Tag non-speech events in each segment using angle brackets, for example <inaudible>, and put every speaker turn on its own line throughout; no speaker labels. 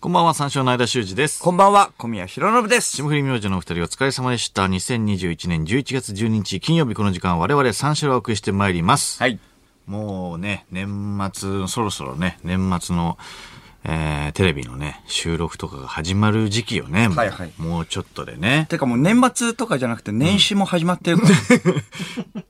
こんばんは、三照の間修二です。
こんばんは、小宮弘信です。
霜降り明星のお二人お疲れ様でした。2021年11月12日金曜日この時間我々三照をお送りしてまいります。
はい。
もうね、年末、そろそろね、年末の、えー、テレビのね、収録とかが始まる時期よね。もう
はいはい
もうちょっとでね。
てかもう年末とかじゃなくて年始も始まってるか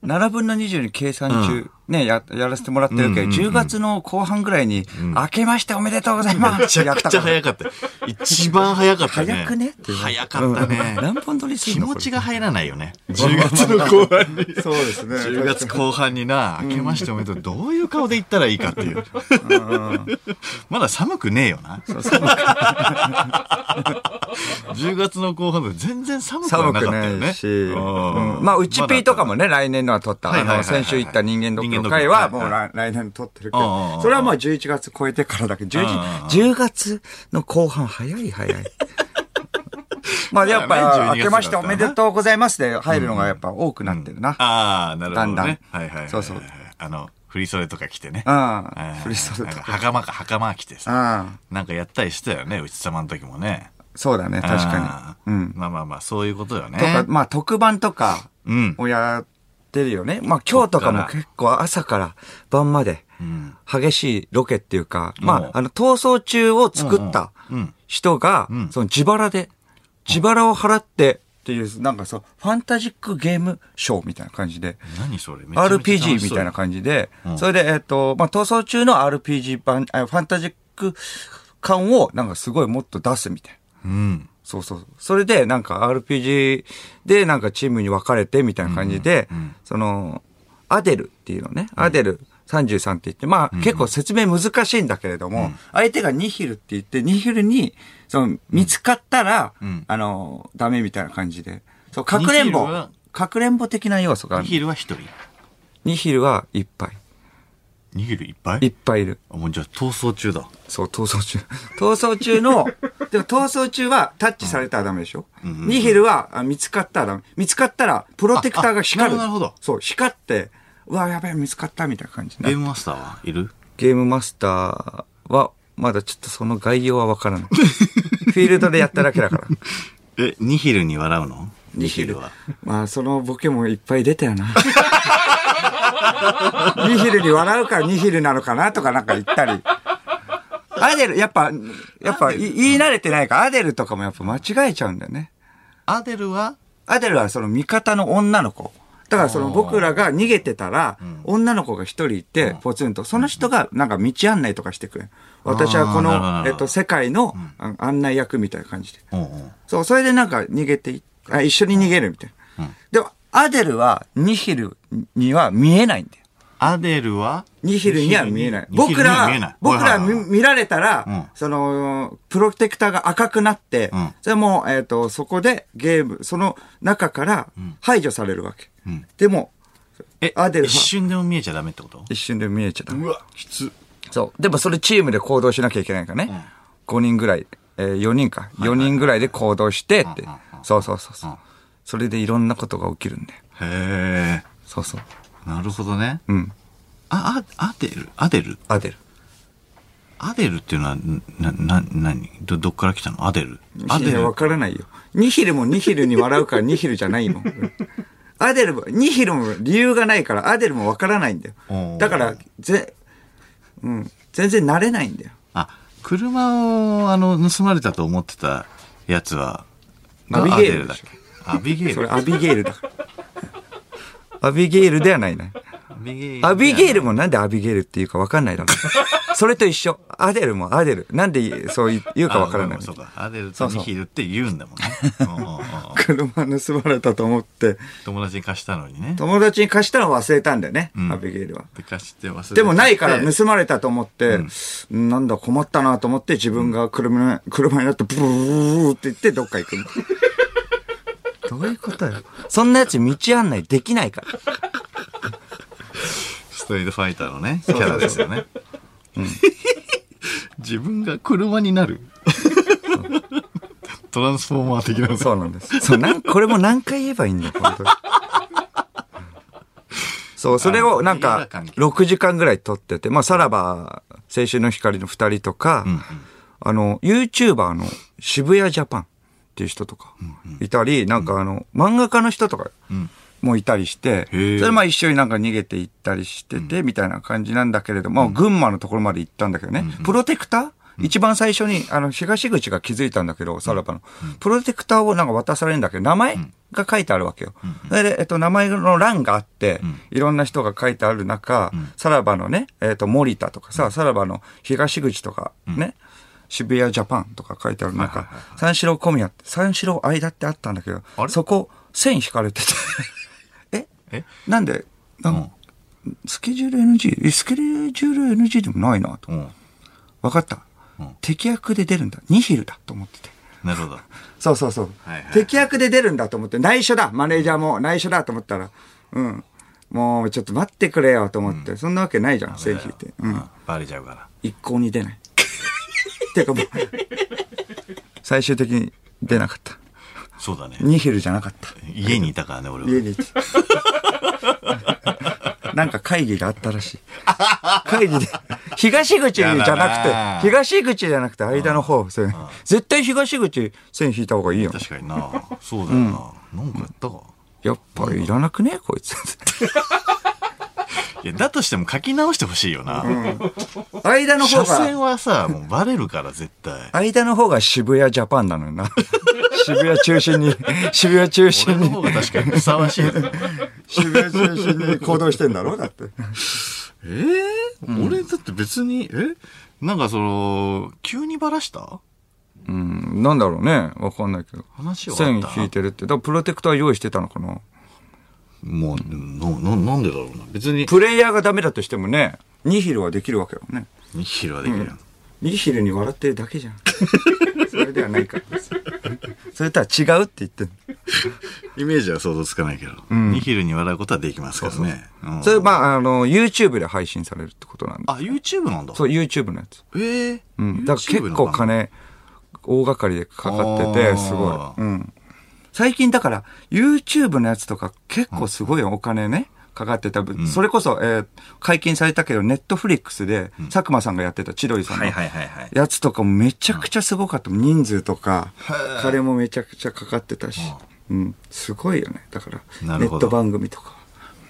ら。7
<laughs>
分の20に計算中、ね、や、やらせてもらってるけど、10月の後半ぐらいに、明けましておめでとうございます
めちゃくちゃ
や
早かった。一番早かったね。
早くね
早かった
っ
ね
た。から。何本撮りす
気
るの
持ちが入らないよ
<laughs>
ね。10月の後半に。
そうですね
10月後半にな、明けましておめでとう、どういう顔で行ったらいいかっていう。まだ寒くねえよな。10月の後半で全然寒くは
寒
なか
く
ったよ
な
ね。
いし。うんまあ、うちぴーとか
も。
もね、来年のは撮った。
はい
あ
はいはいは
の、
い
先週行った人間ドックの回は、
人間ドック
もう
はい
来来年撮ってるけ
うんうんうんう
ど
ん、
それはまあ11月超えてからだけど、11 10月の後半早い早い。 <laughs> まあ、やっ
まあね12月
ぱ、明けましておめでとうございますで入るのがやっぱ多くなってるな。
ああ、なるほどね。
だんだん
はいはいはい。
そうそう。
あの、振り袖とか着てね。
あ
は
あ
い、
振り袖と
なん
か。
袴か、袴着てさ。
ああ、
なんかやったりしてたよね、うちさまの時もね。
そうだね、確
あ
か
ー
に。うん。
まあまあまあ、そういうことよね。
とか、まあ、特番とか
うん。
をやってるよね。まあ、今日とかも結構朝から晩まで。
うん。
激しいロケっていうか、
うん
まあ、あの、逃走中を作った
うんうん
人が、
ん
その自腹で、自腹を払ってっていう、なんかそう、ファンタジックゲームショーみたいな感じで、
何それめちゃめちゃ楽しそう
RPG みたいな感じで、それで、えっと、まあ、逃走中の RPG 版、あファンタジック感を、なんかすごいもっと出すみたいな。
うん。
そうそうそう。それで、なんか RPG で、なんかチームに分かれてみたいな感じで、その、アデルっていうのね、アデル33って言って、まあ、結構説明難しいんだけれども、相手がニヒルって言って、ニヒルに、その、見つかったら、
ん
あの、ダメみたいな感じで。そう、かくれん
ニヒ
ぼ
ルは。
かくれんぼ的な要素があ
ニ
る。
ヒルは一人。
ニヒルはいっぱい。
ニヒルいっぱい
いっぱいいる。
あ、もうじゃあ逃走中だ。
そう、逃走中。 <laughs> 逃走中
<laughs>
の、でも逃走中はタッチされたらダメでしょ、ニヒルはあ見つかったらダメ。見つかったら、プロテクターが光る。
ああなるほどなるほど
そう、光って、うわ、やべえ、見つかったみたいな感じ
ゲー
ね。
ムマスターはいる
ゲームマスターは、まだちょっとその概要はわからない。フィールドでやっただけだから。
え、ニヒルに笑うのニヒルは。
まあ、そのボケもいっぱい出たよな。 <laughs> ニヒルに笑うからニヒルなのかなとかなんか言ったり。アデル、やっぱ、やっぱ、い言い慣れてないから、アデルとかもやっぱ間違えちゃうんだよね。
アデルは
アデルはその味方の女の子。だからその僕らが逃げてたら、女の子が一人いて、ポツンと、その人がなんか道案内とかしてくれる。私はこ
あーなるほ
の、
ど
えっと、世界のあ案内役みたいな感じで。
うんうん。
そう、それでなんか逃げていあ、一緒に逃げるみたいな。でも、アデルはニヒルには見えないんだよ。
アデルは
ニヒルには見えない。
ニヒル
僕
に
ら
は見えない
は、僕らは
はいはい
見
はい
見られたら、
うん
その、プロテクターが赤くなって、
うん
それも、えっ、と、そこでゲーム、その中から排除されるわけ。
ん
でも、
え、
アデルは
一瞬でも見えちゃダメってこと
一瞬で見えちゃった。
わ、きつ。
そう。でもそれチームで行動しなきゃいけないからね。5人ぐらい、えー、4人か。4人ぐらいで行動してって
うんうん。
そうそうそうそう
うん。
それでいろんなことが起きるんだよ。
へえ。
そうそう。
なるほどね。
うん。
あ、あ、アデルアデル
アデル。
アデルっていうのは、な、な、なにど、どっから来たのアデルアデ
いや
ル
わからないよ。ニヒルもニヒルに笑うからニヒルじゃないの。 <laughs> アデルも、ニヒルも理由がないからアデルもわからないんだ
おー
よ。だから、ぜ、うん、全然慣れないんだよ。
あ、車を、あの、盗まれたと思ってたやつは、が
アビゲイル
デだっけアビゲイ
それ
ル。
アビゲイルだ <laughs> から。アビゲイルではないな。
アビゲイル
アビゲイルもなんでアビゲイルっていうかわかんないだろ <laughs> う。それと一緒。アデルもアデル。なんでそう言うかわからない
あ。そうか。アデルとニヒルって言うんだ
<laughs>
もんね。うんうんうん
車盗まれたと思って、
友達に貸したのにね。
友達に貸したの忘れたんだよね、
ん
アビゲイルは。
で貸して忘れて
でもないから盗まれたと思って、なんだ困ったなと思って自分が車に車になってブーって言ってどっか行くの。どういうことよ。そんなやつ道案内できないから。
ストリートファイターのね、キャラですよね。 <laughs> 自分が車に
<laughs>
なる。トランスフォーマー的な
そうなんです。そう、なん、これも何回言えばいいんだよ、本当 <laughs> に。そう、それをなん
映画
か
館、
6時間ぐらい撮ってて、まあ、さらば、青春の光の2人とか、あの、YouTuber の渋谷ジャパンっていう人とかいたり、なんかあの、漫画家の人とかもいたりして、そ
へえ
れまあ一緒になんか逃げていったりしてて、みたいな感じなんだけれども、群馬のところまで行ったんだけどね、プロテクター一番最初に、あの、東口が気づいたんだけど、さらばの。プロテクターをなんか渡されるんだけど、名前が書いてあるわけよ。それで、えっと、名前の欄があって、いろんな人が書いてある中、さらばのね、えっと、森田とかさ、さらばの東口とか、ね、渋谷ジャパンとか書いてある中、三四郎小宮って、三四郎間ってあったんだけ
あ
ど、
れ
そこ、線引かれてて。 <laughs> え
え
なんで、なんスケジュール NG? えスケジュール NG でもないなと
う。ん。
分かった
うん。
敵役で出るんだ。ニヒルだと思ってて。
なるほど。
そうそうそう
はいはい。
敵役で出るんだと思って、内緒だマネージャーも内緒だと思ったら、うん。もうちょっと待ってくれよと思って、そんなわけないじゃん、線引いて。う。
うんん。バレちゃうから。
一向に出ない。 <laughs> っていうかもう、最終的に出なかった。
そうだね。
ニヒルじゃなかった。
家にいたからね、俺
家
は。
に行って。なんか会議があったらしい。会議で。東口じゃ
やだ
な
な
くて、東口じゃなくて間の方、それ絶対東口線引いた方がいいよ。
確かに <laughs> な。そうだよな。なんかやったか。
やっぱりいらなくねこいつ。
いや、だとしても書き直してほしいよな。
間の方
車線
が、
はさ、もうバレるから、絶 <laughs> 対。
間の方が渋谷ジャパンなのよな。渋谷中心 <laughs> に、渋谷中
俺
心
の
に、
方が確かにふさわし <laughs> いよね。
渋谷中心に行動してんだろだって。
ええ俺だって別に、えなんかその、急にバラした
うん、なんだろうね。わかんないけど。
話はあ
線
った
引いてるって。だからプロテクター用意してたのかな
もう、な、な、なんでだろうな。別に、
プレイヤーがダメだとしてもね、ニヒルはできるわけよね。
ニヒルはできるよ。
ニヒルに笑ってるだけじゃ <laughs> ん。それではないから。それとは違うって言ってる。
イメージは想像つかないけど、ニヒルに笑うことはできますからね。うん
それ、まあ、あの、YouTube で配信されるってことなんだ。
あ、YouTube なんだ。
そう、YouTube のやつ。
ええ
うん。だから結構。金、大掛かりでかかって
あー
て、すごい。うん。最近だから、YouTube のやつとか結構すごいお金ね、かかってた。それこそ、えー解禁されたけど、Netflix で、佐久間さんがやってた、千鳥さん
は
の
いはいはいはい。
やつとかもめちゃくちゃすごかった。人数とか、金もめちゃくちゃかかってたし。うん。すごいよね。だから、
な
ネ
るほ
ッ
ど
ト番組とか。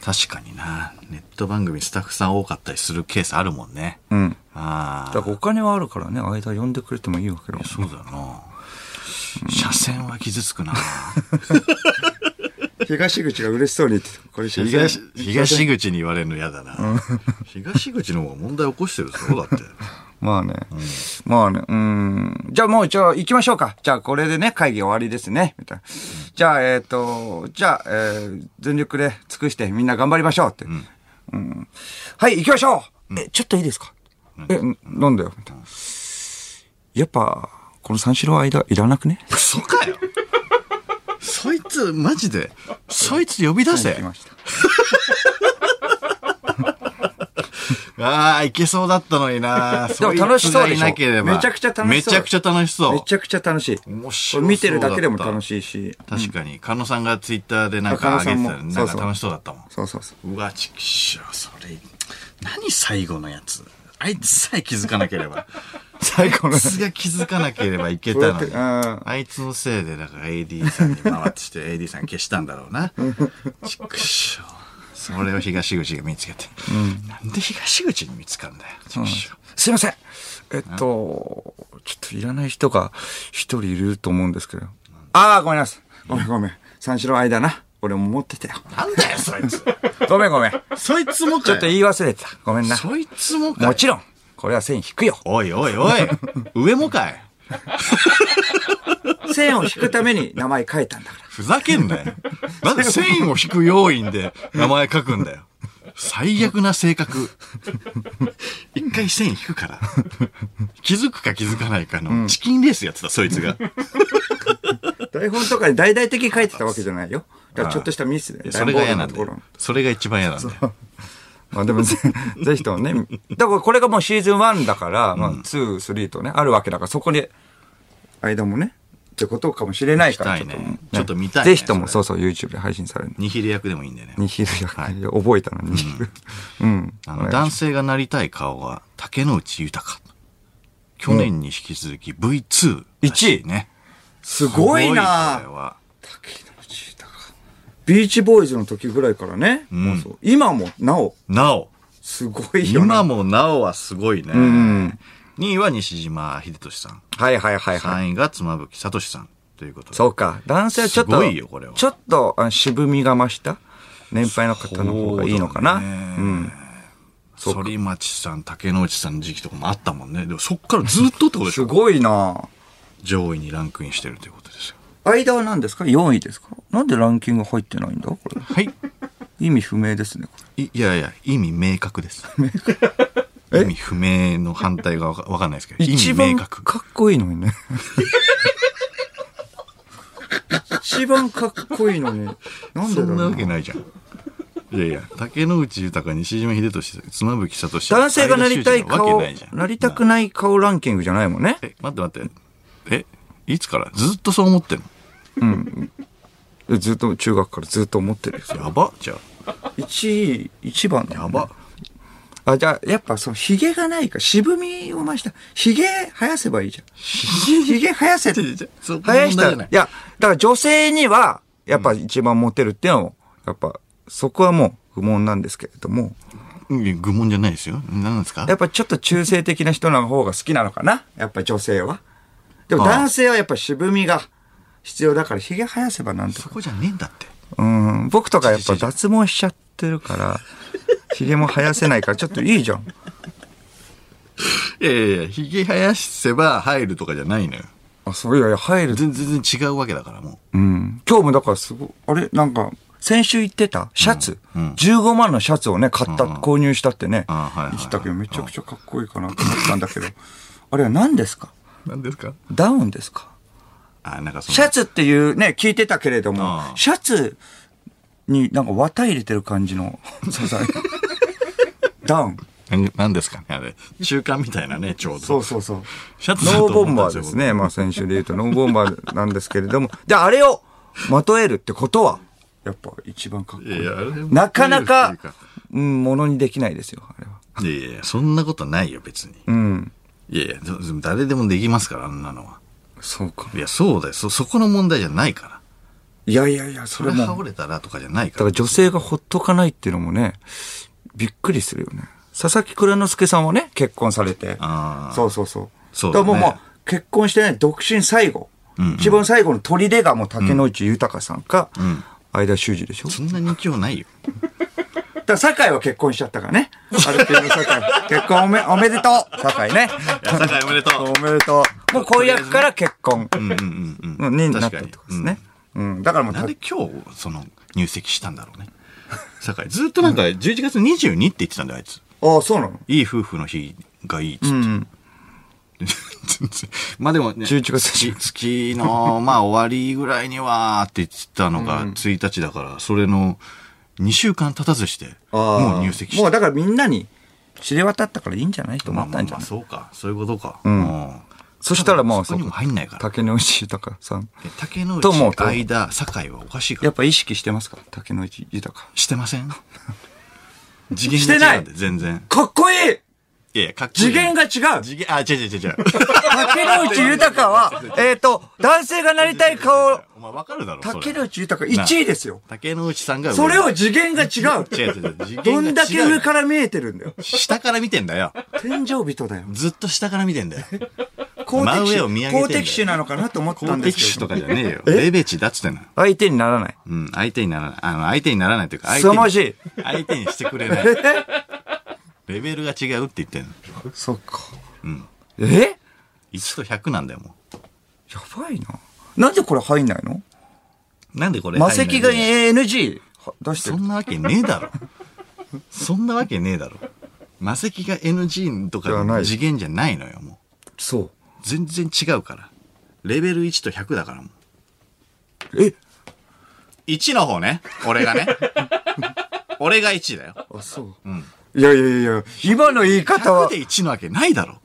確かにな。ネット番組スタッフさん多かったりするケースあるもんね。
うん。
あ
だ
あ
か。らお金はあるからね、間呼んでくれてもいいわけだもん
そうだよな。車線は傷つく
<laughs>
な。
東口が嬉しそうに言ってた。これ
東東口に言われるの嫌だな。東口の方が問題起こしてるぞ、だって。
まあね。まあね。うん。じゃあもう一応行きましょうか。じゃあこれでね、会議終わりですね。みたいな。じゃあ、えっ、と、じゃあ、えー全力で尽くしてみんな頑張りましょうって。うん。はい、行きましょう、え、ちょっといいですかえ、んなんだよ。みたいな。やっぱ、この三四郎間いらなくね
嘘かよ。そいつ、マジで。そいつ呼び出せ
来。ました。
ああ、いけそうだったのにな。
<laughs> でも楽しそうでしょ
いつがいなければ
めちゃくちゃ楽しそう
めちゃくちゃ楽しそう。
めちゃくちゃ楽しい。
面白そうだった
見てるだけでも楽しいし。
確かに、狩野さんがツイッターでなん
あ
か
狩野
上
さん
げて
も
たら、なん
そう
か
そう
楽しそうだったもん。
そうそうそう。
うわ、ちくしょう、それ、何最後のやつ。あいつさえ気づかなけれ
<laughs>
ば。
最高 <laughs>
あ
の
い。つが気づかなければいけたの
そうやっ
に。
てあ
あいつのせいで、だから AD さんに回ってして AD さん消したんだろうな。ちくしょう。それを東口が見つけて。なんで東口に見つかるんだよ。ちくしょう。
すいません。えっと、ちょっといらない人が一人いると思うんですけど。ああ、ごめんなさい。ごめんごめん。三四郎間な。俺も持って <laughs> たよ。
なんだよ、そい
<laughs>
つ。
ごめんごめん。ちょ
そいつもか
っと言い忘れてた。ごめんな。
そいつもか
もちろん、これは線引くよ。
おいおいおい。上もかい。
線を引くために名前書いたんだから。
ふざけんなよ。なんで線を引く要因で名前書くんだよ。最悪な性格。一回線引くから。気づくか気づかないかのチキンレースやってた、そいつ
<laughs>
が。
台本とかに大々的に書いてたわけじゃないよ。だからちょっとしたミスで。
それが嫌なんだ
段ボールの
よ
とこ。
それが一番嫌なんだよ。
ろまあでもぜ、 <laughs> ぜひともね。だからこれがもうシーズン1だから、まあ2、3とね、あるわけだから、そこに、間もね、ってことかもしれないから、
行きたいね
ちょっともう
ちょっと見たいね
ぜひとも、
そ
そうそう、YouTube で配信されるんで。
ニヒル役でもいいんだよね。
ニヒルや、覚えたな、ニヒル。うん。
あの、男性がなりたい顔が竹野内豊。去年に引き続き V2。
一位
ね。
すご
すごい
いな
これは
ビーチボーイズの時ぐらいからね。もうそう今もなお、
なお、
すごいよな。
今もなおはすごいね。
ん
2位は西島秀俊さん。
はいはいはいはい。
3位が妻夫木聡さん。ということで。
そうか。男性はちょっ
す
と、
ごいよこれは
ちょっとあ渋みが増した年配の方の方がいいのかな。
うん。反町さん、竹之内さんの時期とかもあったもんね。でもそっからずっとってことでし
<laughs> す
ょ
ごいな
上位にランクインしてるということですよ。
間は何ですか ?4 位ですかなんでランキング入ってないんだこれ。
はい。
意味不明ですね。こ
いいやいや、意味明確
<laughs>
です。意味不明の反対がわかわかんないですけど、
れ
意味
一
明
番
確。
かっこいいのにね。一番かっこいいのに。なんで
そ
だろ
んな
う
わ
な
けないじゃん。いやいや、竹之内豊、西島秀俊、妻夫木聡。
男性がなりたい
わ
顔
けないじゃ、ん
なりたくない顔ランキングじゃないもんね。
え、待って待って。え、いつからずっとそう思ってんの
ずっと、中学からずっと思ってるよ。
やばじゃあ。
1位、一番だよ
や
ね
ば。
あ、じゃあ、やっぱその、ヒゲがないか、渋みを増した。ヒゲ生やせばいいじゃん。 <laughs> ヒゲ生やせ。
違う違うそこ
生やした
問題
ら、
じゃ
い
ない
や、だから女性には、やっぱ一番モテるっていうのも、やっぱ、そこはもう、不問なんですけれども、
いや愚問じゃないですよ。何ですか
やっぱちょっと中性的な人の方が好きなのかなやっぱ女性は。でも
ああ
男性はやっぱ渋みが必要だから、ヒゲ生やせばなんとか
そこじゃねえんだって。
うん、僕とかやっぱ脱毛しちゃってるから、ヒゲも生やせないから、ちょっといいじゃん。
いやいやいや、ひげ生やせば入るとかじゃないのよ。
あ、そういやいや、入る。
全全然違うわけだからもう。
うん。今日もだからすごい、あれなんか、先週言ってたシャツ、
うんうん
15万のシャツをね、買った、購入したってね、
あはいはいはい
言ってたけど、めちゃくちゃかっこいいかなと思ったんだけど、あれは何ですか
何ですか
ダウンですか
あ、なんかその。
シャツっていうね、聞いてたけれども
あ、あ
シャツになんか綿入れてる感じの素
<laughs>
材。ダウン。
何何ですかねあれ。中間みたいなね、ちょうど。
そうそうそう。
シャツだと
ノーボ
思
ン
った
バ
ん
ー
すよ
ですね。まあ先週で言うとノーボンバーなんですけれども。 <laughs> で、あれをまとえるってことは、やっぱ一番かっこい
僕
い。
いやいやあれ
なかなか
いや、
うん、ものにできないですよ、あれは。
いやいや、そんなことないよ、別に。
うん。
いやいや、ど誰でもできますから、あんなのは。
そうか。
いや、そうだよ。そ、そこの問題じゃないから。
いやいやいや、
そ
それ
れ
も。
羽織れたらとかじゃない
だ
か。
からら女性がほっとかないっていうのもね、びっくりするよね。佐々木蔵之介さんはね、結婚されて。
ああ。
そうそうそう。
そうだ
だ
ね
からもう、もう結婚してない独身最
うん
後。
うん
一番最後の砦がもう竹野内豊さんか、
ん
相田修二でしょ。
そんな人気はないよ。
だから酒井は結婚しちゃったからね。アルピーの酒井。結婚おめ、おめでとう酒井ね。
酒井おめでとう
おめでとう。もう婚約から結婚
うんうんうん
う
うんん。
になった
確
っ
か
て
に
ことですね。うん。だからもう、
なんで今日、その、入籍したんだろうね。酒井、ずっとなんか、11月22って言ってたんだよ、あいつ。
ああ、そうなの
いい夫婦の日がいいっつって。全然 <laughs> まあでも、ね、
11月
月月の、 <laughs> まあ終わりぐらいには、って言ってたのが1日だから、それの2週間経たずして、
ああ
もう入籍して。
もうだからみんなに知れ渡ったからいいんじゃないと
ま
思
あ
った
まあ
んじ
ま
ゃ
あ、
ない
そうか。そういうことか。
ん
うん
そしたらまあ
そこにも入んないから。
竹野内豊さん。
え竹の
と思う
内、
と
間、酒井はおかしいから
やっ。ぱ意識してますか竹野内豊。
してませ
<laughs>
ん次元が違うんで、全然。
かっこいい
いやいや、かっこいい
次元が違う
次元、あ、違う違う違う
<laughs>
違う。
竹野内
<laughs>
豊は、えっと、男性がなりたい顔、
お前わかるだろ、それ
竹野内豊1位ですよ。
竹之内さんが上
それを次元が違う。
違う違う違う次元が違う
どんだけ上から見えてるんだよ。
下から見てんだよ。
天井人だよ。
ずっと下から見てん
<laughs>
だよ。
公
真
敵
上
手
を見上げてんだよ
公敵手なのかなと思っ
公
たんで
敵
す
手と
けど。
かじゃねえよ。レベチだっつってんの。
相手にならない。
うん、相手にならない。あの、相手にならないというか、相手
す
に
まじい。
相手にしてくれ
<laughs>
ない。レベルが違うって言ってんの。
そっか。え
1と100なんだよ、も
やばいな。なんでこれ入んないの
う。なんでこれ
魔石が
入んないんだよ
NG 出して
そ
る。
んなわけねえだろ。そんなわけねえだろ。魔石が NG と
じ
か
ゃない
次元じゃないのよ、も。
そう
全然違うから。レベル1と100だからもう。
う。え
1の方ね。俺
<laughs>
がね。俺が1だよ。
あ、そう。いやいやいや、今の言い方
100
は
で。1のわけないだろ。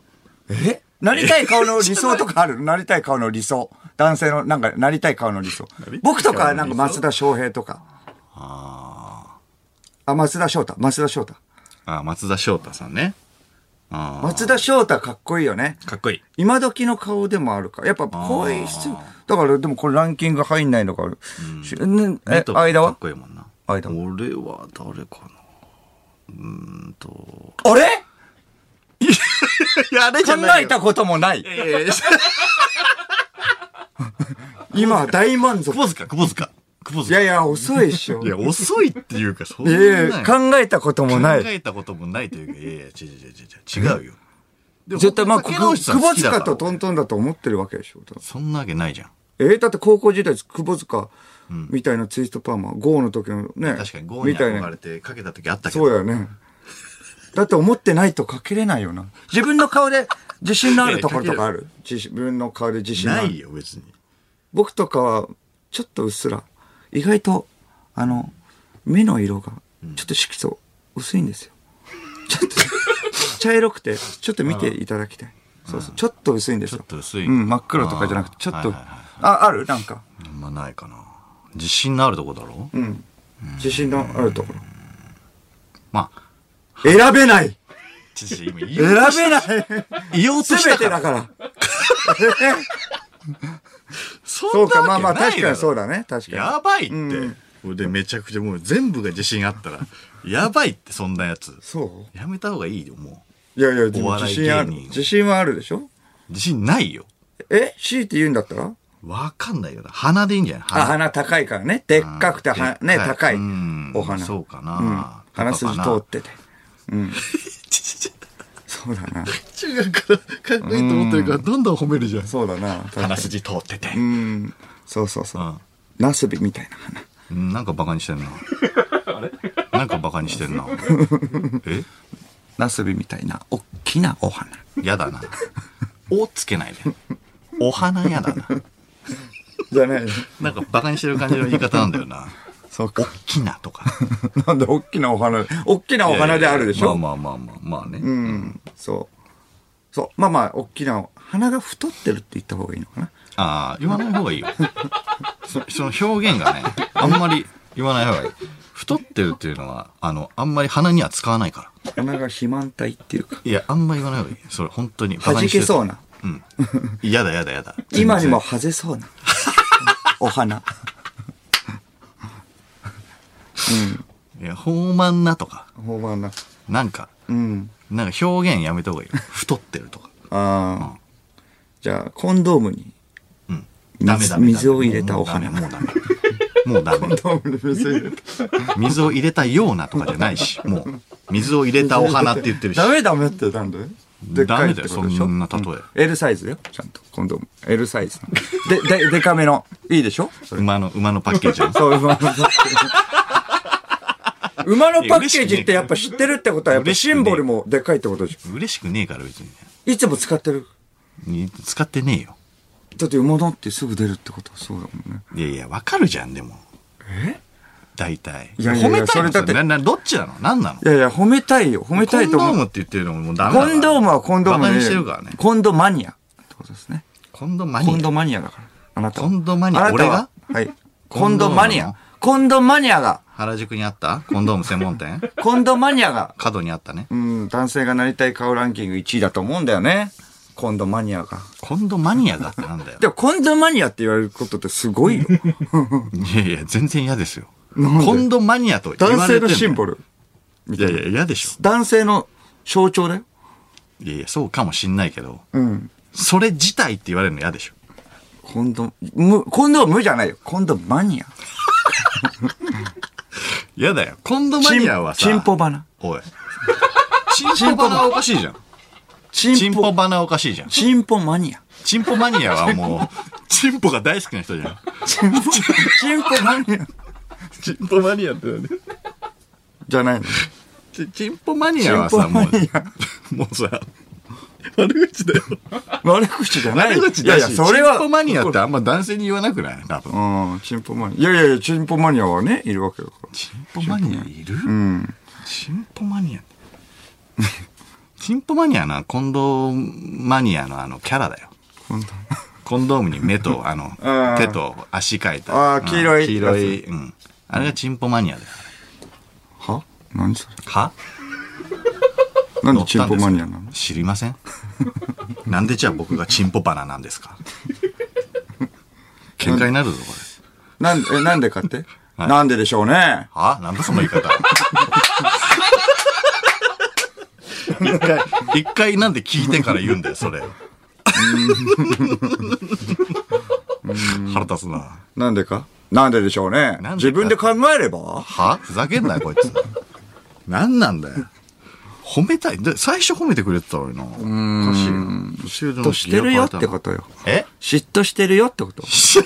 えなりたい顔の理想とかある <laughs> なりたい顔の理想。男性の、なんか、なりたい顔の理想。僕とかはなんか、松田翔平とか。ああ。松田翔太、松田翔太。
ああ、松田翔太さんね。あー
松田翔太かっこいいよね。
かっこいい。
今時の顔でもあるから。やっぱ、こういう必要。だから、でもこれランキング入んないのか。しねえ
目、と
間
か
は
っこいいもんな。
間は
俺は誰かな。うーん
<laughs>
と。
あれ
いや、あれ
考えたこともない。
<laughs>
今、大満足。
久保塚、久保塚。久保
いや
塚。
いや、遅いでしょ。
い
い
や、遅いっていうか、そんな。
やいや、考えたこともない
考。えたこともないというか、いやいや、違う違う違う違うよ。でも
絶対、まあ、
竹
久
野
保
内さん好きだから
塚とトントンだと思ってるわけでしょ。
そんなわけないじゃん。
えー、だって高校時代、久保塚みたいなツイストパーマ、ゴーの時のね。
確かにゴーに
みたい
憧
な
れ。てかけた時あったけど。
そうだよ
<laughs>
ね。だって思ってないとかけれないよな。自分の顔で自信のあるところとかある。自分の顔で自信のあ
な
る。
いよ、別に。
僕とかは、ちょっとうっすら、意外と、あの、目の色が、ちょっと色素薄いんですよ。ちょっと、茶色くて、ちょっと見ていただきたい。そうそう、ちょっと薄いんです
ちょ
よ
っ。と薄い。
うん、真っ黒とかじゃなくて、ちょっと、
あーはいはいは
あ、あるなんか、
いあんまないかな。自信のあるとこだろ
うん。自信のあるところ。
まあ、
選べない
ちょちょ今言
選
おう
<laughs>
とし
べない
言おうと
す
した
べ
か
て
ら
だ。 <laughs> から。
そ
そうん
な
か、
わけ
まあまあ、
ないだ
確か
ろ
にそうだね。確かに。
やばいって。
うん
で、めちゃくちゃもう全部が自信あったら、やばいって、そんなやつ。
そ
やめた方がいいよ、も
ういやいや、でも
お笑
自
い
信ある。
芸人
自信はあるでしょ
う。自信ないよ。
え強いて言うんだったら
わかんないよな。鼻でいいんじゃない
あ、鼻高いからね。でっかくて、はね、高い
うん
お花。
そうかな
うん
とかかな
鼻筋通ってて。うん。
ちょちょ
そうだ <laughs> な。
中学からかっこいいと思ってるから、どんどん褒めるじゃん。
そうだな。確かに
鼻筋通ってて。。
うん。そうそうそううんナスビみたいな花。
うんなんかバカにしてんな。 <laughs> なんかバカにしてんな。え
ナスビみたいな、おっきなお花。
やだな。 <laughs> おつけないで。お花やだな。
じゃない
なんかバカにしてる感じの言い方なんだよな。
<laughs> そう
おっ
か。
きなとか。
なんで、おっきなお花、おっき <laughs> なお花であるでしょ
まあまあまあまあ、まあね。
うん、そう。そう。まあまあ、大きな、鼻が太ってるって言った方がいいのかな。
ああ、言わない方がいいよ。 <laughs> そその表現がね、あんまり言わない方がいい。太ってるっていうのは、あの、あんまり鼻には使わないから。
鼻が肥満体っていうか、
いや、あんまり言わない方がいい。それ本当に。。
弾けそううな。
うん。やだやだやだ。
今にも外せそうな。お花。
全然。いや、豊満なとか、
ほばな。
なんか、
うん。
なんか表現やめた方がいいよ。太ってるとか。
ああ。じゃあ、コンドームに。
うん。
水
ダメダメダメ。
水を入れたお花
もうダメ。もうダメ。もうダメ
ドームに水入れた。
水を入れたようなとかじゃないし、もう、水を入れたお花って言ってるし。
ダメダメってなんででっかいってことでしょ
ダメだよそんな例え
う L サイズよ。ちゃんと。コンドーム。L サイズ。で、で、でかめの。いいでしょそれ
馬の、馬のパッケージを。
そう、
<laughs>
馬のパッケージ。馬のパッケージってやっぱ知ってるってことは、やっぱシンボルもでかいってことでしょ。
嬉しくねえから別にね
いつも使ってる。
に使ってねえよ
だって馬だってすぐ出るってことはそうだもんね。
いやいやわかるじゃんでも大体
いやいやいや
褒めたい
そ
の
れだって
ななどっちなの何なの
いやいや、褒めたいよ。褒めたいと
コンドー
思
ム
う。
って言ってるのももうダメだ
コ
から
ンドームはコンドーム
バ
で。
カにしてるからね
コンドマニアってことですね。
コンドマニ
コンド
ア
マニアだから。あなたは。
コンドマニア
あなたははい。コンドマニア。コンドマニアが、
原宿にあったコンドーム専門店
コンドマニアが、
角にあったね
うん、男性がなりたい顔ランキング1位だと思うんだよね。コンドマニアが。
コンドマニアだってなんだよ
でも、コンドマニアって言われることってす
<laughs>
ごいよ。
いやいや全然嫌ですよ
なんで
コンドマニアと言わ
男
れてん
性
だ
の
よ
シンボル。
いやいや嫌でしょ
男性の象徴だよ。
いやいやそうかもしんないけど
うん。
それ自体って言われるの嫌でしょ
コンド、む、コンド無じゃないよ。コンドマニア。
嫌だよコンドマニアはさ
チンポバナ。
おい。チンポバナおかしいじゃん。チンポバナおかしいじゃん。
チンポマニア。
チンポマニアはもう、 <laughs> チンポが大好きな人じゃん。
チンポ、チンポマニア。
チンポマニアってね。
じゃないの。
チチンポマニアはさ、
チンポ
も
マニア
う、もうさ、悪口だよ。
悪口じゃない。
悪口
いや
だ
い
し、
や、それは。
チンポマニアってあんま男性に言わなくない多分。
うん、チンポマニア。いやいやいや、チンポマニアはね、いるわけだから。
チンポマニアいる
うん。
チンポマニアって。チンポマニアな、コンドマニアのあの、キャラだよ。
今度
コンドームに目と、あ
<laughs>
の
うん、
手と足描いた。
あー黄色い
うん黄色い。うん。あれがチンポマニアだよ。
は何それ
は
なんで
乗った
チンポマニア
んで
な
す
の
か知りませんなんでじゃあ僕がチンポバナなんです
<laughs>
か喧嘩になるぞこれ
なんで、え、なんでか <laughs> って、
はい
なんででしょうね。
あなんだその言い
<laughs>
方一回一回なんで聞いてから言うんだよそれ腹立つな
なんでかなんででしょう
で
ね
か。
自分で考えれば
はふざけんなよこいつ何なんだよ褒めたいで最初褒めてくれてたのになおかしいな年上で
嫉
も
妬してるよって
嫌われたな
ことよ。
え
嫉妬してるよってこと。
嫉
い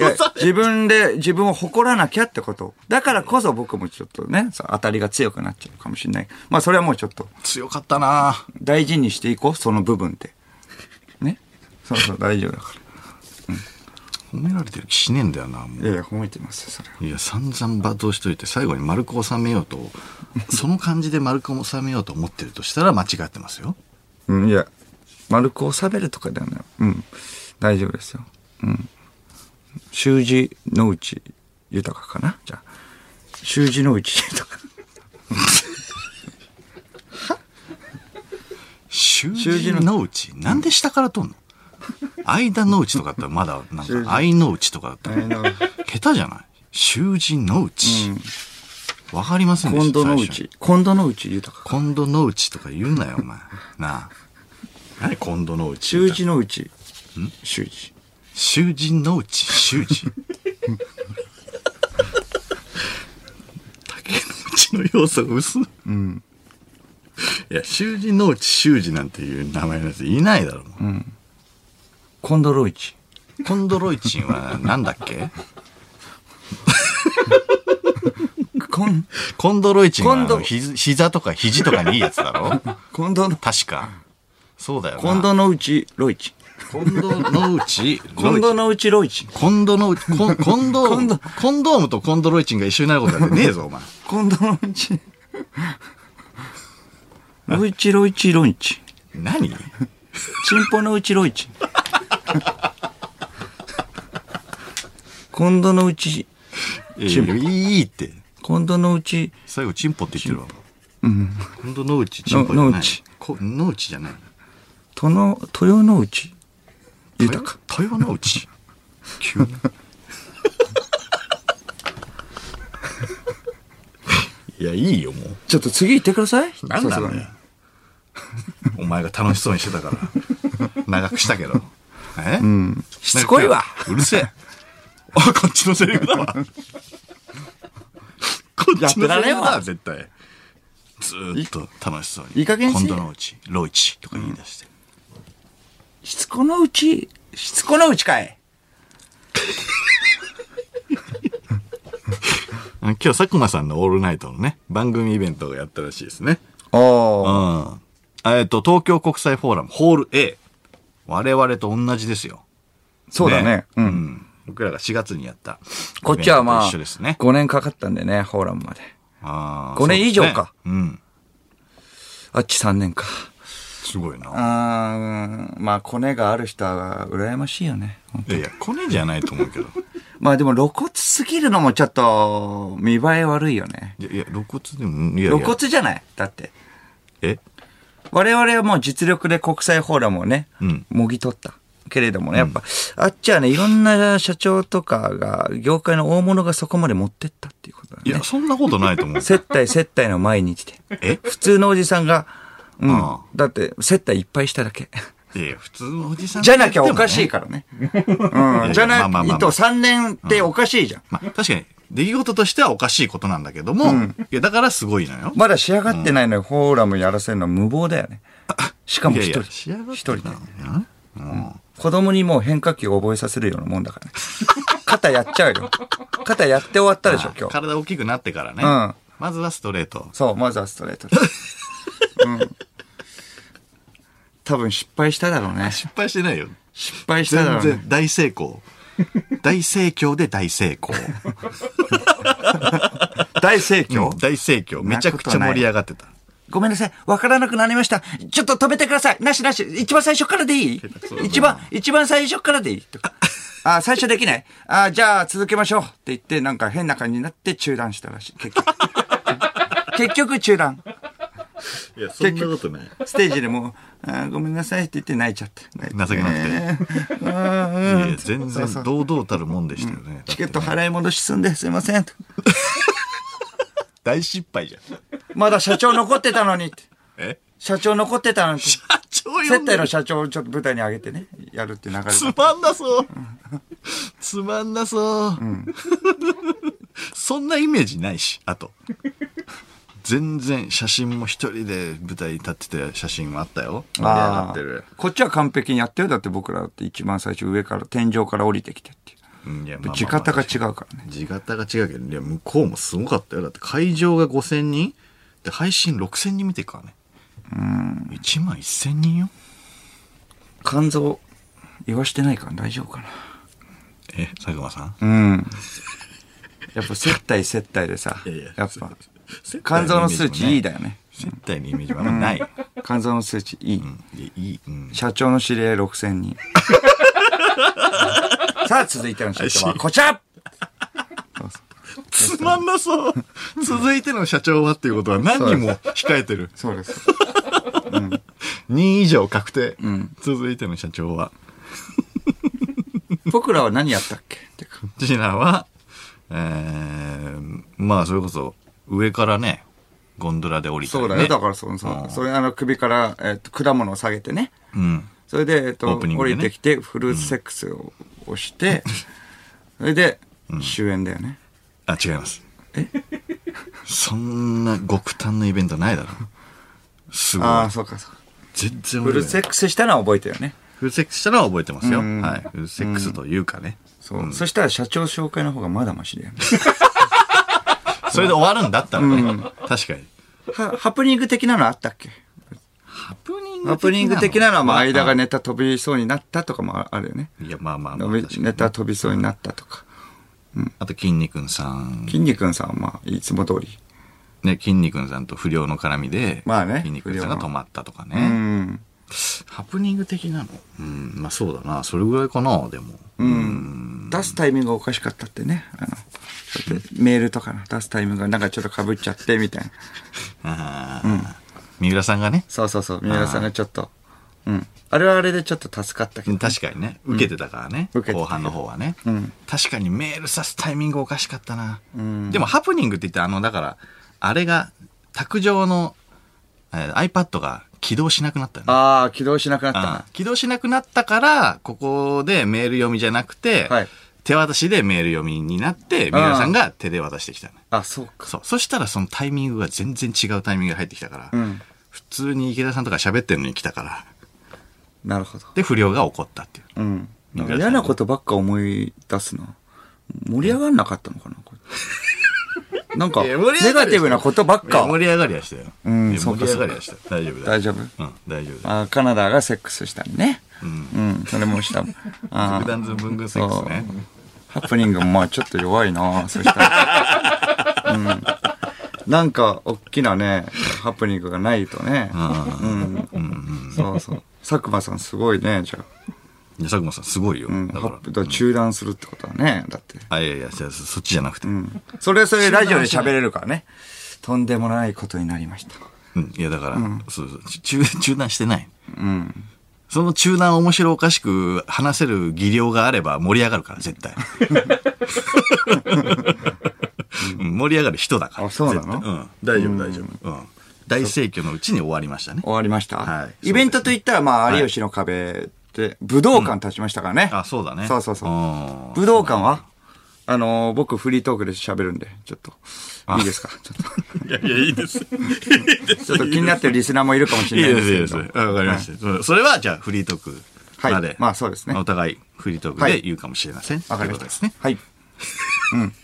や
妬され
自分で自分を誇らなきゃってこと。だからこそ僕もちょっとね、さ当たりが強くなっちゃうかもしれない。まあそれはもうちょっと
<laughs> 強かったな
大事にしていこう、その部分って。ね。そうそう、大丈夫だか
褒められてる気しねえんだよなも
ら。いやいや、褒めてますよ、それは。
ういや散々罵倒しといて最後に丸く収めよう <laughs> とその感じで丸く収めようと思ってるとしたら間違ってますよ
うん、いや、丸く収めるとかではない。うん、大丈夫ですよ。うん。習字のうち豊かかなじゃあ。習字のうち豊 <laughs> か。
習
習
字
字の
の内なんで下から取んの間の内とかだったらまだなんか愛の内とかだったら下手じゃない習字の内わかりませんで
今
した
度のう
最初に
ち。今度のうち豊か。
今度の内とか言うなよお前なあ <laughs> 何今度の内 <laughs>
習字のうち。習字。
囚人のうち囚人竹の内の要素が薄い、いや囚人のうち囚人なんていう名前のやついないだろう、
今度のうち。
コンドロイチンはなんだっけ
こん、
コンドロイチンはあの
コンド
ひず膝とか肘とかにいいやつだろ
今度の、
確かそうだよな
今度のうち、ロイチ。
コンドのうち
今度のうち、ロイチ。
コンドのうちコンコンドーム
コンド
コンドームとコンドロイチンが一緒になることなんてねえぞお前
<laughs> 今度のうち。ロイチ、ロイチ、ロイチ。
何
チンポのうちロイチ。今度のうち、
いやいやいいって
今度のうち、
最後チンポって言ってるわ。うん。今度農地チンポじゃ
の
ない。
農地
こ農地じゃない。
との、豊のうち、豊か。
豊豊農地。急に。いやいいよもう。
ちょっと次行ってください。
なんだ
さす
ろ
が
う
に
ね。お前が楽しそうにしてた <laughs> から長くしたけど。え？うん。
しつこいわ。
うるせえ。あこっちのセリフだわ。こっちのセリフ
やってられ
だ
ん
わ
わ
絶対。ずーっと楽しそうに。
いい加減に
今
し
度のうちロイチとか言い出して。
しつこのうち、しつこのうちかい。
あの今日佐久間さんの「オールナイト」のね番組イベントをやったらしいですねう
ああ。
んえっと東京国際フォーラムホール A 我々と同じですよ
そうだね。う。
うんん僕らが4月にやった
こっちはま
イ
あ、
ベントと一緒ですね
5年かかったんでね、ホーラムまで。
あー
五年以上か
そうですねうん
あっち3年か。
すごいな
あーうんまあ、コネがある人は羨ましいよね。
いやいやコネじゃないと思うけど
まあでも露骨すぎるのもちょっと見栄え悪いよね。
いやいや露骨でもいやいや
露骨じゃないだって。
え
我々はもう実力で国際フォーラムをね、
うん
もぎ取った。けれどもね、やっぱ、あっちはね、いろんな社長とかが、業界の大物がそこまで持ってったっていうことだ
い
ね
や。そんなことないと思う <laughs>
接待接待の毎日で。
え
普通のおじさんが、うん
ああ。
だって、接待いっぱいしただけ。
いやいや普通のおじさん
じゃなきゃおかしい
か
からね。うん。じゃ
まあまあ
な
まあ
いと3年っておかしいじゃん。
まあ確かに出来事としてはおかしいことなんだけども、いやだからすごいのよ
まだ仕上がってないのにフォーラムやらせるのは無謀だよね。しかも一
いや
人
いや。仕上がって
一人で
た。のねうん
子供にもう変化球を覚えさせるようなもんだ <laughs> からね。肩やっちゃうよ。肩やって終わったでしょ、今日。
体大きくなってからね。
うん
まずはストレート。
そう、まずはストレー <laughs> トです。うん。多分失敗しただろうね。
失敗してないよ。
失敗しただ
全
ろうね。
然大成功。
<laughs>
大盛況で大成功。
大盛況、
大盛況。めちゃくちゃ盛り上がってた。
ごめんなさい。わからなくなりました。ちょっと止めてください。なしなし。一番最初からでいい
そうだな
一番、一番最初からでいいとか。あ、最初できない。あ、じゃあ続けましょう。って言って、 <laughs> なんか変な感じになって中断したらしい。結局。結局中断。
いや、そんなことない。
ステージでもう、あーごめんなさいって言って泣いちゃって。
情けなくて
て。あーうん
いや全
そう
然
そう
堂々たるもんでしたよね。
チケット払い戻し済んですいません。
大失敗
<laughs>
じゃん。
まだ社長残ってたのにって。
え
社長残ってたのにって。
社長呼んで
接待の社長をちょっと舞台に上げてね、やるっていう流れだ
つまんなそう。つまんなそう。そんなイメージないし、あと。全然写真も一人で舞台に立ってた写真もあったよ。盛り上が
あ
ってる。
ーこっちは完璧にやってるだって僕らだって一番最初上から天井から降りてきてっていう
うんいや、まあまあまあ
地方が違うからね
地方が違うけど、いや、向こうもすごかったよ。だって会場が5000人で、配信6000人見てるからね。うん。1万1000人よ。
肝臓言わしてないから大丈夫かな
え、佐久間さん
うんやっぱ接待接待でさ
いやいや
やっぱ
接待
肝臓の数
イメージも
値いい
ね
だよね
接待のイメージもあんまない。う
肝臓の数値いい
ん。いやいい。うん。
社長の指令6000人 <laughs> さあ続いての社長はこちら
つまんな
<laughs>
そう。続いての社長はっていうことは何人も控えてる。
そうです
2以上確定。続いての社長は。
僕らは何やったっけってか
ジナは、えー、まあそれこそ上からね、ゴンドラで降りたり
そ
ね。
うだよ、だからその
う
さ
ん
それあの首から、えっと果物を下げてね
うん。
それで、えっと
オープニング
降
でね
りてきてフルーツセックスををして、 <laughs> それで、終演だよね
あ、違います。 <laughs> そんな極端なイベントないだろ。すごい。
ああそうかそうか
全然
フ
覚
ル
えて
ーツ
な
セ
い
ックスしたのは覚えてるよね
フルセックスしたのは覚えてますよ。
うん
はい。フルセックスというかね。
そう、そしたら社長紹介の方がまだマシだよね
それで終わるんだったらね。確かに。
はハプニング的なのあったっけ
ハプニン
ハプニング的なのはまあ間が
ね。
ネタ飛びそうになったとかもああるよね
いや、まあまあまあ、確かに
ネタ飛びそうになったとか
あと、筋肉さん。
筋肉さんはまあいつも通り
ね、筋肉さんと不良の絡みで、
まあね
筋肉さんが止まったとか
う
ね。
ん
ハプニング的なのうん、まあそうだな。それぐらいかな、でも。
うん出すタイミングがおかしかったってね。あの、だってメールとかの出すタイミングがなんかちょっと被っちゃってみたいな。
あー三浦さんがね、
そうそうそう、宮田さんがちょっと。うん。あれはあれでちょっと助かったけど。
確かにね、受けてたからね、
うん受けてた
後半の方はね、
うん
確かにメールさすタイミングおかしかったな。
ん
でも、ハプニングって言って、あの、だから、あれが、卓上の、えー iPad が起動しなくなったよね。
ああ、起動しなくなったな。
起動しなくなったから、ここでメール読みじゃなくて、
はい
手渡しでメール読みになって、三浦さんが手で渡してきたの。
あ、そうか。
そう。そしたらそのタイミングが全然違うタイミングが入ってきたから、
うん。
普通に池田さんとか喋ってるのに来たから、
なるほど。
で、不良が怒ったっていう。
うん。
宮田さん
嫌なことばっか思い出すな。盛り上がんなかったのかな、こ
<laughs>
れ。なんか、
いや
ネ
盛り上がるでしょ
ガティブなことばっ
いや
か。
盛り上がりはしたよ。
うん
いや
そう
盛
か
り上がりはした。大丈夫だ
大
よ。
丈夫
うん、大丈夫だよ。
あーカナダがセックスしたりね。
うん。
うん、それもした。あ
爆
ー
弾ズブングンセックスね。
ハプニングもまあちょっと弱いなそしたら。うん。なんか、おっきなね、ハプニングがないとね。うん。そうそう。佐久間さんすごいね、じゃあ。
いや佐久間さんすごいよ。
うん。
だ
ハ
か
プだから中断するってことはね、だって。
ら。あ、いやいや、そそっちじゃなくて。
うん。それそれラジオで喋れるからね。とんでもないことになりました。
うん、いやだから、そうそうち <laughs> 中、中断してない。
うん。
その中断面白おかしく話せる技量があれば盛り上がるから、絶対。うん盛り上がる人だから。
あそうなの
絶対うん。大丈夫、大丈夫。うん。大盛況のうちに終わりましたね。
終わりました。
はい
イベントといったら、まあ、有吉の壁って、武道館立ちましたからね。
あ、そうだね。
そうそうそう。
ん
武道館はあのー僕フリートークで喋るんで、ちょっと、いいですかちょっ
いやいや、いいです。いいです。
と、ちょっと気になってるリスナーもいるかもし
いい
れな
で、
いです
いいですす。
けど。
あわかりました。そそれは、じゃあ、フリートークまで。
はいまあそうですね
お互い、フリートークで言うかもしれません。
わかり
ということ
ました。
ですね。
はい。
大丈夫です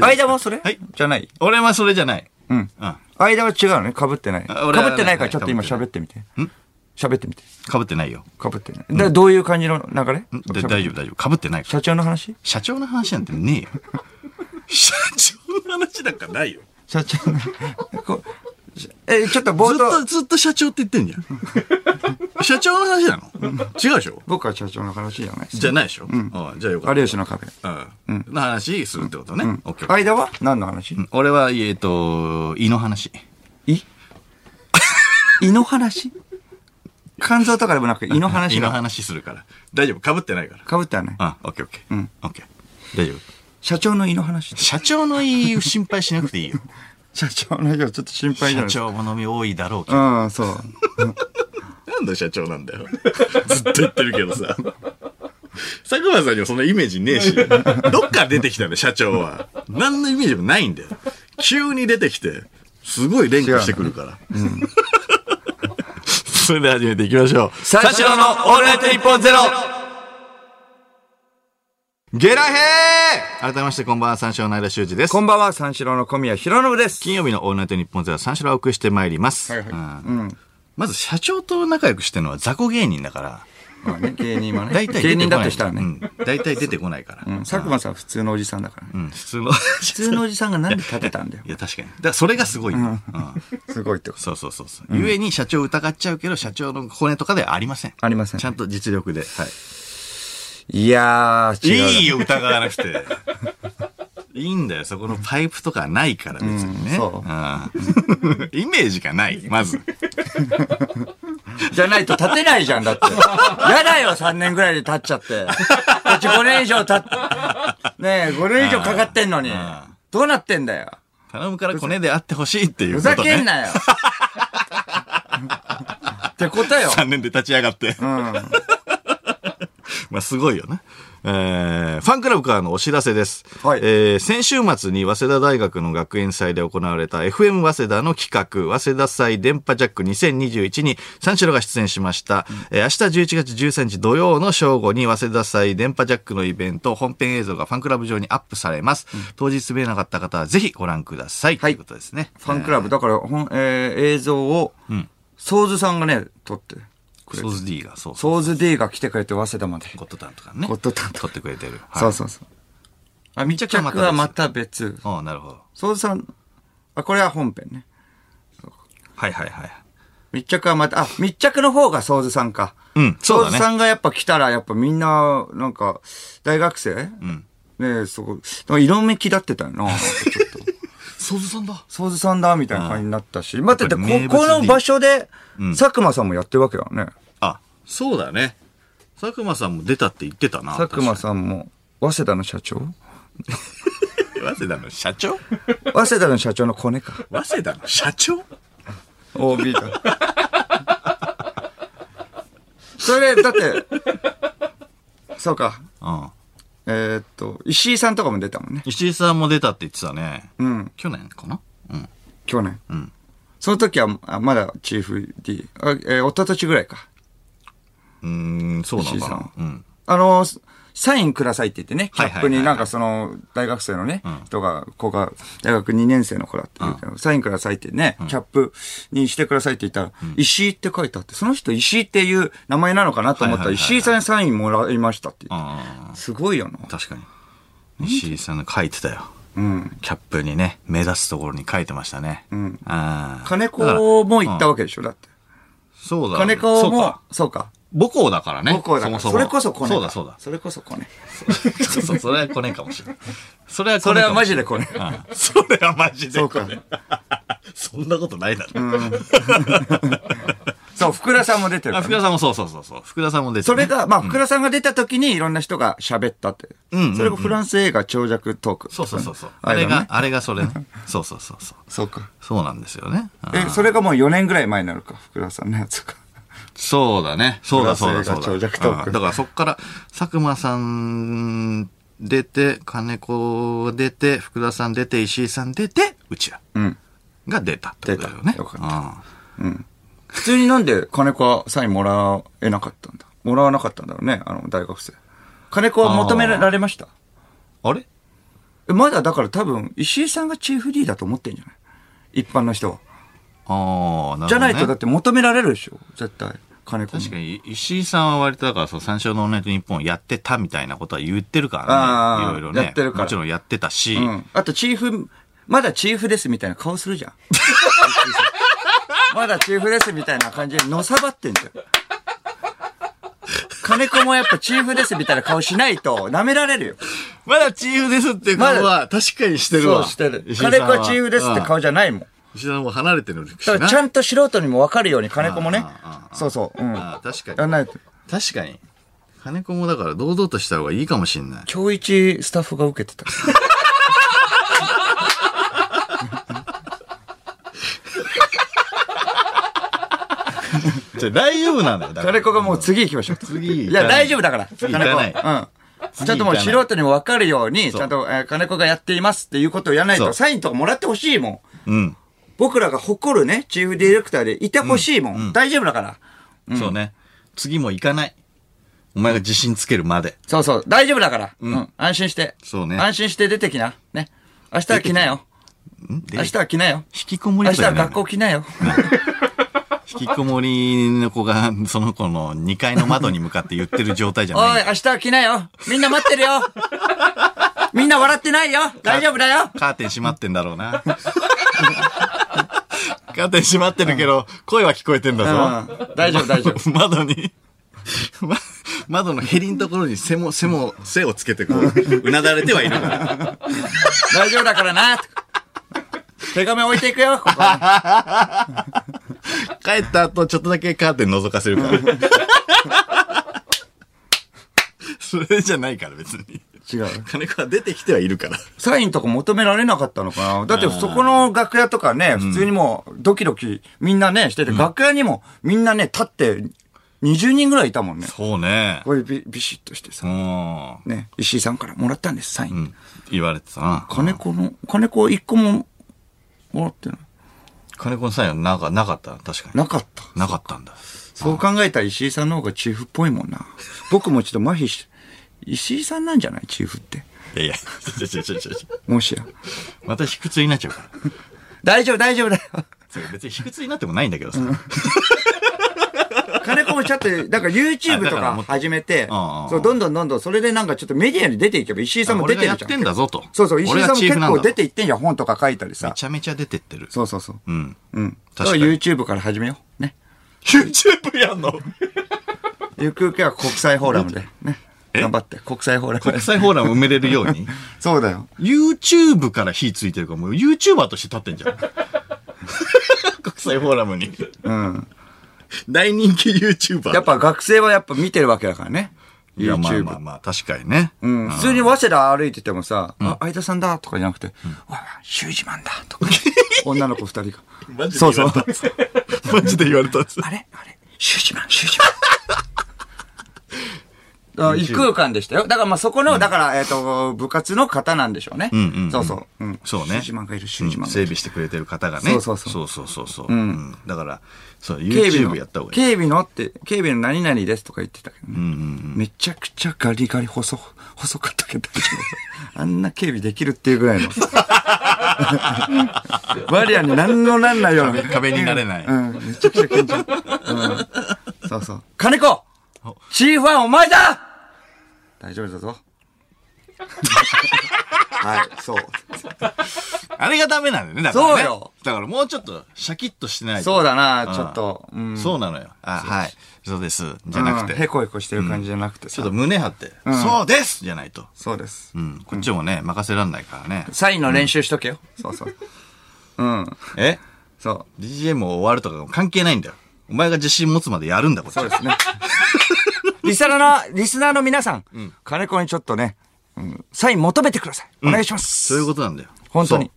間もそれ
はい。
じゃない。
俺はそれじゃない。
うん。
うん。
間は違うのね。被ってない。被
あ俺は
ってないか
は
ら
い
ちょっと今
被ってない
喋ってみて。喋ってみて。
かぶってないよ。
被ってない。だどういう感じの流れ
んで
喋
大丈夫、大丈夫。かぶってないから
社長の話
社長の話なんてねえよ。社長の話なんかないよ。
社長の <laughs> こうしえ、ちょっと冒
ずっと、
頭。
ずっと社長って言ってんじゃん。社長の話なの違うでしょ
僕は社長の話じゃないです。
じゃないでしょああじゃあよかった。
有吉の壁。
うん。の話するってことね。オッケーオッケー
間は何の話
俺は、えっと、胃の話。
い <laughs> 胃の話肝臓とかでもなく胃の話
胃の
が
話するから。大丈夫。被ってないから。
かぶってはない。
あ、オッケーオッケー。うん。オッケー。大丈夫。
社長の胃の話。
社長のいい心配しなくていいよ。
社長の胃がちょっと心配じ
社
ゃないですか。
長も飲み多いだろうけど。
うん、そう。
なんだ社長なんだよ。 <laughs> ずっと言ってるけどさ。佐久間さんにはそんなイメージねえし、どっから出てきたんだよ、社長は。何のイメージもないんだよ。急に出てきて、すごい連呼してくるから。それでは始めていきましょう。
社長のオールナイトニッポンゼロ
ゲラヘー改めましてこんばんは、三四郎の間修二です。
こんばんは、三四郎の小宮浩信です。
金曜日のオールナイトニッポンゼロは三四郎をお送りしてまいります。
はいはい
うんまず社長と仲良くしてるのは雑魚芸人だから、
まあね、芸人はね。
大体
芸
出てこない。
人だとしたらね。
うん。大体出てこないから。
うん佐久間さんは普通のおじさんだからね。
うん、普通の。 <laughs>
普通のおじさんがなんで立てたんだよ
い。や、確かに。だから、それがすごいよ、うん。
すごいってこと。
そうそうそうそう。ゆえに、社長を疑っちゃうけど、社長の骨とかではありません。
ありません
ちゃんと実力で。はい。
いやー、違う。
いいよ、疑わなくて。いいんだよ、そこのパイプとかないから、別にね。
うんそ
うんイメージがない、まず。
じゃないと立てないじゃ
<laughs>
ん、だって。やだよ、3年ぐらいで立っちゃって。こっち5年以上立っ、ねえ、5年以上かかってんのに
ん。
どうなってんだよ。
頼むから骨であってほしいっていう
ふ
こと、ね。
ざけん
<laughs>
なよ。ってことよ。
3年で立ち上がって。 <laughs> まあ、すごいよね。えーファンクラブからのお知らせです。
はい
えー先週末に早稲田大学の学園祭で行われた FM 早稲田の企画、早稲田祭電波ジャック2021に三四郎が出演しました。えー明日11月13日土曜の正午に早稲田祭電波ジャックのイベント、本編映像がファンクラブ上にアップされます。当日見れなかった方はぜひご覧ください。
はい
ということですね。
ファンクラブ、だから、ほんえー映像を、ソーズさんがね、撮ってくれ
ソ
て
ーズ D がそうそう。
ソーズ D が来てくれて、早稲田まで。
ゴッドタンとかね。
ゴッドタンと
撮ってくれてる。はい
そうそうそう。あ、密着はまた別。
ああ、なるほど。
ソーズさん、あ、これは本編ね。
はいはいはい。
密着はまた、あ、密着の方がソーズさんか。
うんそうだね
ソーズさんがやっぱ来たら、やっぱみんな、なんか、大学生
ん
ねえ、そこ、なんか色めきだってたよな。
ソーズさんだ。
ソーズさんだ、みたいな感じになったし。待ってて、
や
こ
っぱり名物
この
D
場所で、佐久間さんもやってるわけだよね。
あ、そうだね。佐久間さんも出たって言ってたな。
佐久間さんも、早稲田の社長
確かに。早稲田の社長
早稲田の社長のコネか。
早稲田の社長
OB が。 <laughs> それ、だって、そうか。
うん。
えーっと、石井さんとかも出たもんね。
石井さんも出たって言ってたね。
うん、
去年かなうん。
去年。
うん。
その時は、あまだチーフ D。あえー、一昨年ぐらいか。
うーん、そうなの
石井さ
か
ん
な。うん。
あのー、サインくださいって言ってね、キ
はい
ャ
はい
ッ
は
プ
いはい
になんかその、大学生のね、人が、子が、大学2年生の子だって言うけど、サインくださいってね、キャップにしてくださいって言ったら、石井って書いてあって、その人石井っていう名前なのかなと思ったら、
はいはいはいはい
石井さんにサインもらいましたって言っ
あ
て。すごいよな
あ、。確かに。石井さんの書いてたよ。うん。キャップにね、目立つところに書いてましたね。うん。ああ。
金
だから
子も行ったわけでしょ、だって。
そうだ。
金
そ
子
うか
も、そうか。
母校だからね。
母校だから、
そも
そ
も
れこそコネ。
そうだそうだ。
それこそコネ。
そうそう、それは来ねえかもしれない。それは
それはマジ
で。
でコネ。
うんそれはマジで。
そうか。
そんなことないだろ。
そう、福田さんも出てる
あ
から
福田さんもそうそうそうそう。福田さんも出て
そ
るね
れが、まあ、福田さんが出た時にいろんな人が喋ったって。
んうんうん
それがフランス映画長尺トーク。
そうそうそうそう。あ
あ
れ
れが、
が、あれがそれね。そうそうそうそう。
そうか。
そうなんですよね。あ
え、それがもう4年ぐらい前になるか、福田さんのやつが。
そうだね。そうだそうだそうだ。
プラス映画長尺トー
う
ク
んだからそっから、佐久間さん出て、金子出て、福田さん出て、石井さん出て、うちら
うん。
が出たってことだよね。
出たよかった
うん
普通になんで金子はサインもらえなかったんだもらわなかったんだろうね、あの、大学生。金子は求められました
あれ
えまだだから多分、石井さんがチーフ D だと思ってんじゃない一般の人は。
ああ、なるほどね。
じゃないとだって求められるでしょ、絶対。金子も
確かに、石井さんは割とだから、そう、三四郎のオールナイトニッポンやってたみたいなことは言ってるからね。
あー
いろいろね。
やってるから
もちろんやってたし、
うん。あと、チーフ、まだチーフですみたいな顔するじゃん。まだチーフですみたいな感じで、のさばってんじゃん。金子もやっぱチーフですみたいな顔しないと、舐められるよ。
まだチーフですって顔は確かにしてる
そ
わ。
うしてる。
石井さん
金子はチーフですって顔じゃないもん。
石田さんも離れてるし
だから
な
ちゃんと素人にも分かるように金子もね
あああああ。あ
そうそう。うん。
ああ確か
やん
に。
ないと。
確かに。金子もだから堂々とした方がいいかもしんない。
今日一スタッフが受けてた。
じゃあ大丈夫なんだよ。だから
金子がもう次行きましょう。
次
いや、大丈夫だから。
次行かない次
金子うん。
行かない
ちゃんともう素人にも分かるように、
そう
ちゃんと、えー金子がやっていますっていうことをやらない
そ
と、
う
サインとかもらってほしいもん。
うん。
僕らが誇るね、チーフディレクターでいてほしいもん。大丈夫だから。
そうね。次も行かない。お前が自信つけるまで。
そうそう、大丈夫だから。うん。安心して。
そうね
安心して出てきな。ね。明日は来なよ。
んで
明日は来なよ。
引きこも
明
りと
日
か
は
じゃない
学校来なよ。
引きこもりの子が、その子の2階の窓に向かって言ってる状態じゃ
<laughs> お
ない
い、。明日は来なよ。みんな待ってるよ。みんな笑ってないよ。大丈夫だよ。
カーテン閉まってんだろうな。カーテン閉まってるけど、声は聞こえてんだぞ。
うん大丈夫大丈
夫。 <laughs> 窓に、ま窓のヘリのところに背も、背も、背をつけてこう、うなだれてはいるから。
大丈夫だからな。手紙置いていくよ。ここは
帰った後、ちょっとだけカーテン覗かせるから。 <laughs> それじゃないから、別に。
違う。
金子は出てきてはいるから。
サインとか求められなかったのかなだってそこの楽屋とかね、普通にもうドキドキみんなねしてて、楽屋にもみんなね立って20人ぐらいいたもんね。
そうね。
これビビシッとしてさ
う、ん。
ね、石井さんからもらったんです、サイン。
うん。言われてたな。
金子の、金子一個ももらってない。
金子のサインはなかなかった、確かに。
なかった。
なかったんだ。
そう考えたら石井さんの方がチーフっぽいもんな。僕もちょっと麻痺して、石井さんなんじゃないチーフって。
いやいや、ちょちょちょちょちょ
もしや。
また卑屈になっちゃうから。
大丈夫、大丈夫だよ。
それ別に卑屈になってもないんだけどさ。
金子もちょっと、なんか YouTube
あだ
と
から
か
もっと
始めて
うんうん、
そう、どんどんどんどん、それでなんかちょっとメディアに出ていけば石井さんも
俺
出
が
て
や
る
っ
じゃ
て
ん。
んだぞと。
そうそう、石井さんも
俺がチー
結
フなんだ
構
と
出ていってんじゃん、本とか書いたりさ
め。ちゃめちゃ出てってる。
そうそうそう。
うん。
うん。
確
だか
からに
YouTube から始めよう。ね。
YouTube やんの
ゆくゆくは国際フォーラムで。ね。
え
頑張って、国際フォーラム
国
で。
際フォーラム埋めれるように。
そうだよ。
YouTube から火ついてるから、もう YouTuber として立って
<laughs>
んじゃ <laughs> ん。国際フォーラムに。
うん。
大人気 YouTuber。
やっぱ学生はやっぱ見てるわけだからね。
いや、まあ
YouTube
まあまあ、確かにね。
うん、普通に早稲田歩いててもさ、あ、相田さんだとかじゃなくて、わ、シュージマンだと
<laughs>
か、女の子二人が。
マジで
そう
言
そう
われた。 <laughs> マジで言われたんです。
あれあれシュージマン、シュージマン。あ異空間でしたよ。だからまあそこの、だから、えっ、と、部活の方なんでしょうね。
んうんうん
そうそう、うん。
そうね。
シュージマンがいる、シュージマン
うん
が
整
いる。
備してくれてる方がね。
そうそうそう
そうそうそうそう。うんだから、そう、
警備
YouTube やった方
の、
がいい。
警備のって、警備の何々ですとか言ってたけどね。
うんうん
めちゃくちゃガリガリ細、細かったけど、 <laughs> あんな警備できるっていうぐらい
<laughs>
の。バリアに何のなんないような。
壁になれない
うん、めちゃくちゃ緊張。うん。そうそう。金子チーフはお前だ大丈夫だ <laughs> ぞ。はい、そう。
あれがダメなんだよね、だから、ね。
そうよ。
だからもうちょっと、シャキッとしてないと。
そうだな、
ん
ちょっと。うん。
そうなのよ。あ、はい。そうです。じゃなくて。
うんへこへこしてる感じじゃなくて
ち
さ
ょっと胸張って、そうですじゃないと。
そうです
う。ん。こっちもね、任せらんないからね。
サインの練習しとけよ。そうそう。うん。
え
そう。
?DGM を終わるとか関係ないんだよ。お前が自信持つまでやるんだ、こっち
そう
は。
ですね。リスナーの、リスナーの皆さん、金子にちょっとね、うんサイン求めてください。お願いします。
そういうことなんだよ。
本当に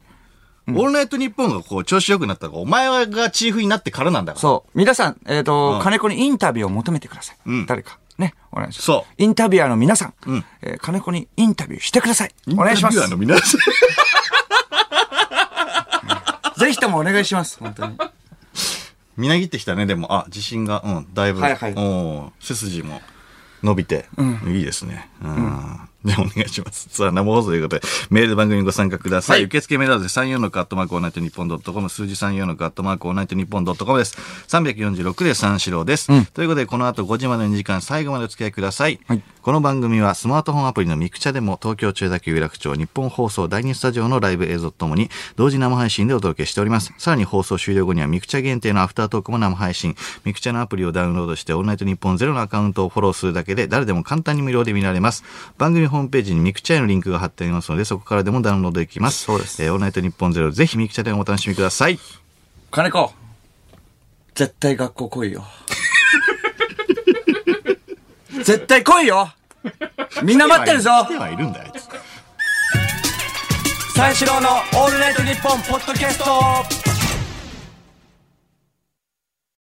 そう。オールナイトニッポンがこう調子良くなったのが、お前がチーフになってからなんだから。
そう。皆さん、えっ、と、
うん
金子にインタビューを求めてください。
うん
誰か。ね。お願いします。
そう
インタビュアーの皆さん、
ん
えー金子にインタビューしてください。お願いします
イン。タビュアーの皆さん。
ぜひともお願いします。本当に。
みなぎってきたね、でも。あ、自信が、うん、だいぶ。
はいはい
おー背筋も伸びて、いいですね。うん。でお願いします。ツアー生放送ということで、メールで番組にご参加ください。
はい
受付メールアドレス34のカットマークオールナイトニッポンドットコム、数字34のカットマークオールナイトニッポンドットコムです。346で三四郎です。ということで、この後5時までの2時間、最後までお付き合いください。
はい
この番組はスマートフォンアプリのミクチャでも東京中田区有楽町日本放送第2スタジオのライブ映像とともに同時生配信でお届けしております。さらに放送終了後にはミクチャ限定のアフタートークも生配信。ミクチャのアプリをダウンロードしてオンライト日本ゼロのアカウントをフォローするだけで誰でも簡単に無料で見られます。番組ホームページにミクチャへのリンクが貼ってありますのでそこからでもダウンロードできます。
そうです
えーオンライト日本ゼロぜひミクチャでお楽しみください。
金子絶対学校来いよ。絶対来いよみんな待ってるぞ
来てはいるんだよ、あいつ。
三四郎のオールナイトニッポンポッドキャスト